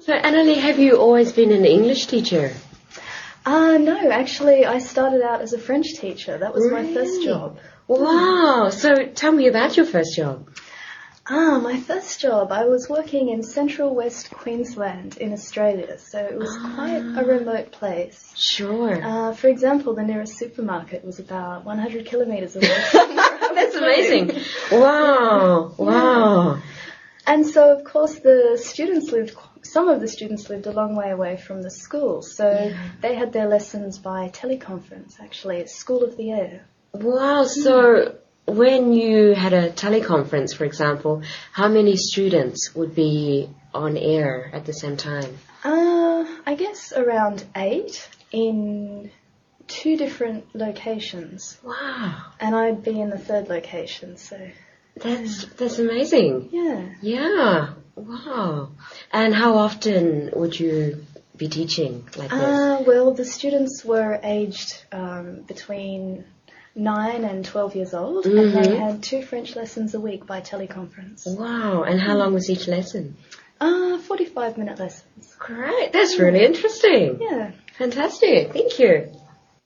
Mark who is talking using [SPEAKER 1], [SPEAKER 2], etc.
[SPEAKER 1] So, Annalie, have you always been an English teacher?
[SPEAKER 2] Uh, no, actually, I started out as a French teacher. That was my first
[SPEAKER 1] Really?
[SPEAKER 2] job.
[SPEAKER 1] Wow. So, tell me about your first job.
[SPEAKER 2] Ah, my first job. I was working in central west Queensland in Australia, so it was quite
[SPEAKER 1] Ah.
[SPEAKER 2] a remote place.
[SPEAKER 1] Sure.
[SPEAKER 2] Uh, for example, the nearest supermarket was about 100 kilometres away.
[SPEAKER 1] That's amazing. Wow. Wow.
[SPEAKER 2] and so, of course, the students lived, qu- some of the students lived a long way away from the school, so they had their lessons by teleconference, actually, at School of the Air.
[SPEAKER 1] Wow. So, when you had a teleconference, for example, how many students would be on air at the same time?
[SPEAKER 2] Uh, I guess around eight in two different locations,
[SPEAKER 1] Wow.
[SPEAKER 2] and I'd be in the third location. So
[SPEAKER 1] That's that's amazing.
[SPEAKER 2] yeah,
[SPEAKER 1] Yeah. Wow. And how often would you be teaching like this?
[SPEAKER 2] uh, well, the students were aged um, between nine and twelve years old, and they
[SPEAKER 1] Mhm.
[SPEAKER 2] had two French lessons a week by teleconference.
[SPEAKER 1] Mm. Wow. And how long was each lesson?
[SPEAKER 2] Uh, forty-five minute lessons.
[SPEAKER 1] Great. That's really interesting.
[SPEAKER 2] Yeah.
[SPEAKER 1] Fantastic. Thank you.